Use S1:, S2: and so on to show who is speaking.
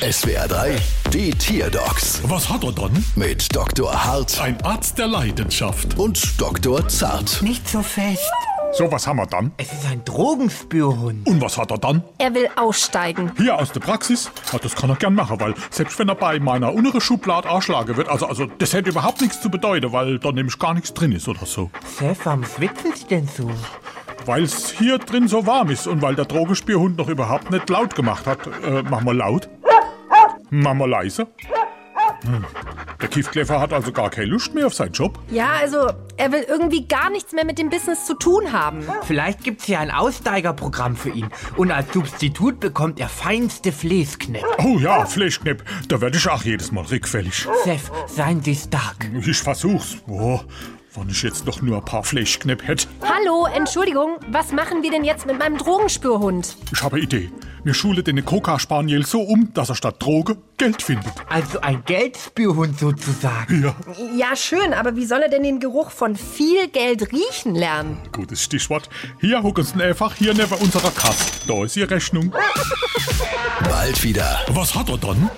S1: SWR 3, die Tierdocs
S2: Was hat er dann?
S1: mit Dr. Hart
S2: Ein Arzt der Leidenschaft.
S1: und Dr. Zart.
S3: Nicht so fest.
S2: So, was haben wir dann?
S3: Es ist ein Drogenspürhund.
S2: Und was hat er dann?
S4: Er will aussteigen.
S2: Hier aus der Praxis? Ja, das kann er gern machen, weil selbst wenn er bei meiner inneren Schublade anschlagen wird, also, also das hätte überhaupt nichts zu bedeuten, weil da nämlich gar nichts drin ist oder so.
S3: Chef, warum schwitzen Sie denn so?
S2: Weil es hier drin so warm ist und weil der Drogenspürhund noch überhaupt nicht laut gemacht hat. Äh, mach mal laut. Mach mal leise. Hm. Der Kiefkläfer hat also gar keine Lust mehr auf seinen Job.
S4: Ja, also er will irgendwie gar nichts mehr mit dem Business zu tun haben.
S3: Vielleicht gibt's hier ein Aussteigerprogramm für ihn. Und als Substitut bekommt er feinste Fleesknepp.
S2: Oh ja, Fleischknepp, da werde ich auch jedes Mal rückfällig.
S3: Chef, seien Sie stark.
S2: Ich versuch's. Oh, wenn ich jetzt doch nur ein paar Fleischknepp hätte.
S4: Hallo, Entschuldigung, was machen wir denn jetzt mit meinem Drogenspürhund?
S2: Ich habe eine Idee. Wir schulen den Coca Spaniel so um, dass er statt Droge Geld findet.
S3: Also ein Geldspürhund sozusagen.
S2: Ja,
S4: Ja, schön, aber wie soll er denn den Geruch von viel Geld riechen lernen?
S2: gutes Stichwort. Hier hocken sie einfach hier neben unserer Kasse. Da ist ihre Rechnung.
S1: Bald wieder.
S2: Was hat er dann?